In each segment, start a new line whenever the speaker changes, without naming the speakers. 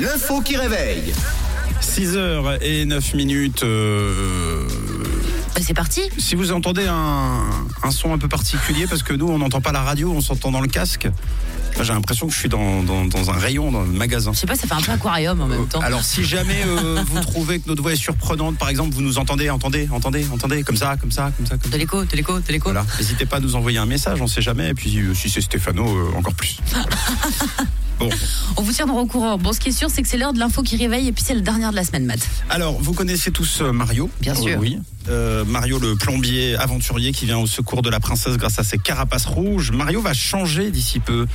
L'info qui réveille.
6h et 9 minutes. euh,
Bah, c'est parti.
si vous entendez un, un son un peu particulier, parce que nous, on n'entend pas la radio, on s'entend dans le casque. Là, J'ai l'impression que je suis dans, dans- dans un rayon, dans un magasin.
Je sais pas, ça fait un peu aquarium en
Euh,
même temps.
Alors, si jamais euh, vous trouvez que notre voix est surprenante, par exemple, vous nous entendez, entendez, entendez, entendez, comme ça, comme ça, comme ça, comme
De
ça.
l'écho, de l'écho, de l'écho.
Voilà. N'hésitez pas à nous envoyer un message, on sait jamais. Et puis, euh, si c'est Stéphano, euh, encore plus. Bon.
On vous tiendra au courant. Bon, ce qui est sûr, c'est que c'est l'heure de l'info qui réveille et puis c'est la dernière de la semaine, Matt.
Alors, vous connaissez tous euh, Mario
Bien
Euh,
sûr.
Oui. Euh, Mario, le plombier aventurier qui vient au secours de la princesse grâce à ses carapaces rouges. Mario va changer d'ici peu.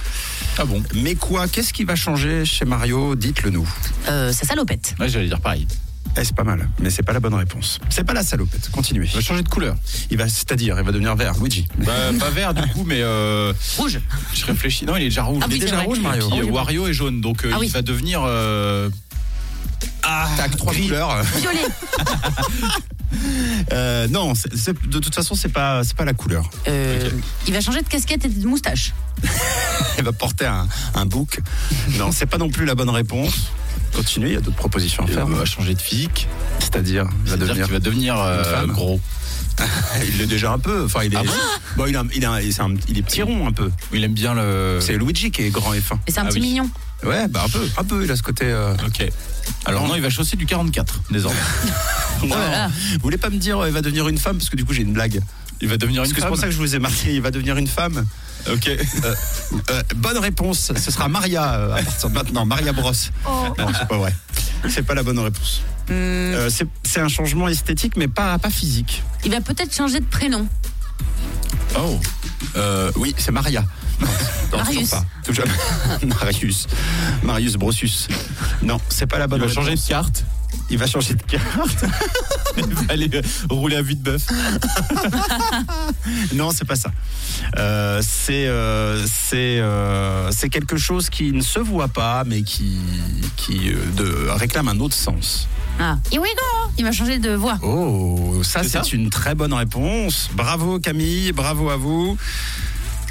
Ah bon
Mais quoi Qu'est-ce qui va changer chez Mario Dites-le nous.
Euh, sa salopette.
Ouais, j'allais dire pareil.
Eh, c'est pas mal, mais c'est pas la bonne réponse. C'est pas la salopette. Continuez.
Il va changer de couleur.
Il va, c'est-à-dire, il va devenir vert. Luigi.
Bah, pas vert du coup, mais euh,
Rouge.
je réfléchis. Non, il est déjà rouge.
Ah
il
oui,
est
c'est
déjà
vrai.
rouge, Mario.
Oh,
Puis,
j'ai
euh,
pas-
Wario est jaune, donc euh,
Ah oui.
il va devenir. euh,
Ah,
tac, trois
gris.
couleurs.
Violet.
Euh, non, c'est- c'est- de toute façon, c'est pas, c'est pas la couleur.
Euh, Il va changer de casquette et de moustache.
Elle va porter un, un bouc. Non, c'est pas non plus la bonne réponse. Continuez, il y a d'autres propositions à
Il
faire.
va changer de physique.
C'est-à-dire, il va
C'est-à-dire
devenir.
qu'il va devenir euh,
une femme.
gros.
Il l'est déjà un peu. Enfin, il est. Ah bon, il, a- il, a- c'est un- il est petit rond un peu.
Il aime bien le.
C'est Luigi qui est grand et fin.
Mais c'est un
Ah
petit
oui.
mignon.
Ouais, bah un peu. Un peu, il a ce côté. euh,
Ok. Alors non, il va chausser du 44 désormais.
non.
là.
Vous voulez pas me dire, euh, il va devenir une femme Parce que du coup, j'ai une blague.
Il va devenir une
Parce que c'est
femme.
pour ça que je vous ai marqué, il va devenir une femme.
Ok.
Euh, euh, bonne réponse, ce sera Maria euh, à partir de maintenant, Maria Brosse. Non, c'est pas vrai. C'est pas la bonne réponse. Euh, c'est- c'est un changement esthétique, mais pas, pas physique.
Hmm, Il va peut-être changer de prénom.
Oh.
Euh, oui, c'est Maria. Non, non, toujours
Marius.
pas. Toujours pas. Marius. Marius Brossus. Non, c'est pas la bonne
Il va
réponse.
changer de carte.
Il va changer de carte.
Il va aller euh, rouler à vue de bœuf.
Non, c'est pas ça. Euh, c'est euh, c'est euh, c'est quelque chose qui ne se voit pas, mais qui qui euh, de, réclame un autre sens.
Ah. Here we go. Il va changer de voix.
Oh, ça
C'est ça
c'est une très bonne réponse. Bravo Camille, bravo à vous.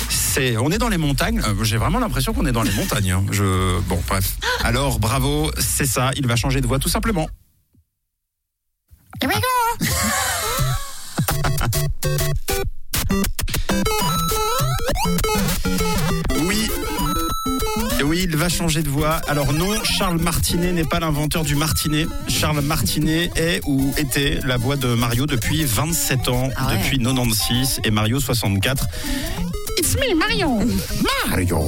C'est, on est dans les montagnes. Euh, J'ai vraiment l'impression qu'on est dans les montagnes. hein. Je, bon, bref. Alors, bravo, c'est ça. Il va changer de voix tout simplement. Oui. Oui, il va changer de voix. Alors non, Charles Martinet n'est pas l'inventeur du martinet. Charles Martinet est ou était la voix de Mario depuis 27 ans,
Ah ouais.
depuis 96 et Mario 64.
It's me, Marion.
Mario.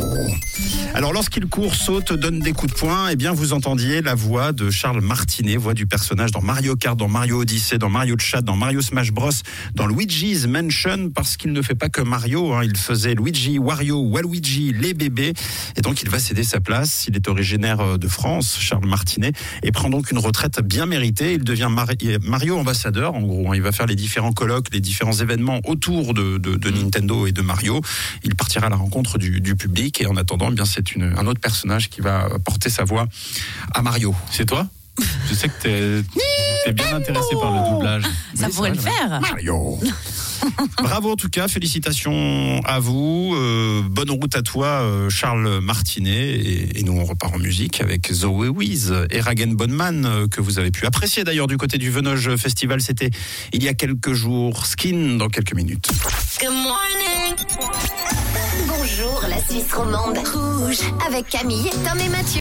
Alors lorsqu'il court, saute, donne des coups de poing, eh bien vous entendiez la voix de Charles Martinet, voix du personnage dans Mario Kart, dans Mario Odyssey, dans Mario Chat, dans Mario Smash Bros, dans Luigi's Mansion, parce qu'il ne fait pas que Mario, hein, il faisait Luigi, Wario, Waluigi, les bébés, et donc il va céder sa place. Il est originaire euh, de France, Charles Martinet, et prend donc une retraite bien méritée. Il devient Mari- Mario ambassadeur, en gros. hein. Il va faire les différents colloques, les différents événements autour de, de-
Mm.
de Nintendo et de Mario. Il partira à la rencontre du, du public, et en attendant, eh bien c'est une- un autre personnage qui va euh, porter sa voix à Mario.
C'est toi Je sais que t'es t'es bien intéressé par le doublage.
Ça
Oui,
pourrait
c'est
le
vrai,
faire.
Mario. Bravo en tout cas, félicitations à vous. Euh, bonne route à toi, euh, Charles Martinet. Et, et nous, on repart en musique avec Zoé Wiz et Ragen Bonman, euh, que vous avez pu apprécier d'ailleurs du côté du Venoge Festival. C'était il y a quelques jours. Skin dans quelques minutes.
Good morning.
Bonjour la Suisse romande. Rouge avec Camille, Tom et Mathieu.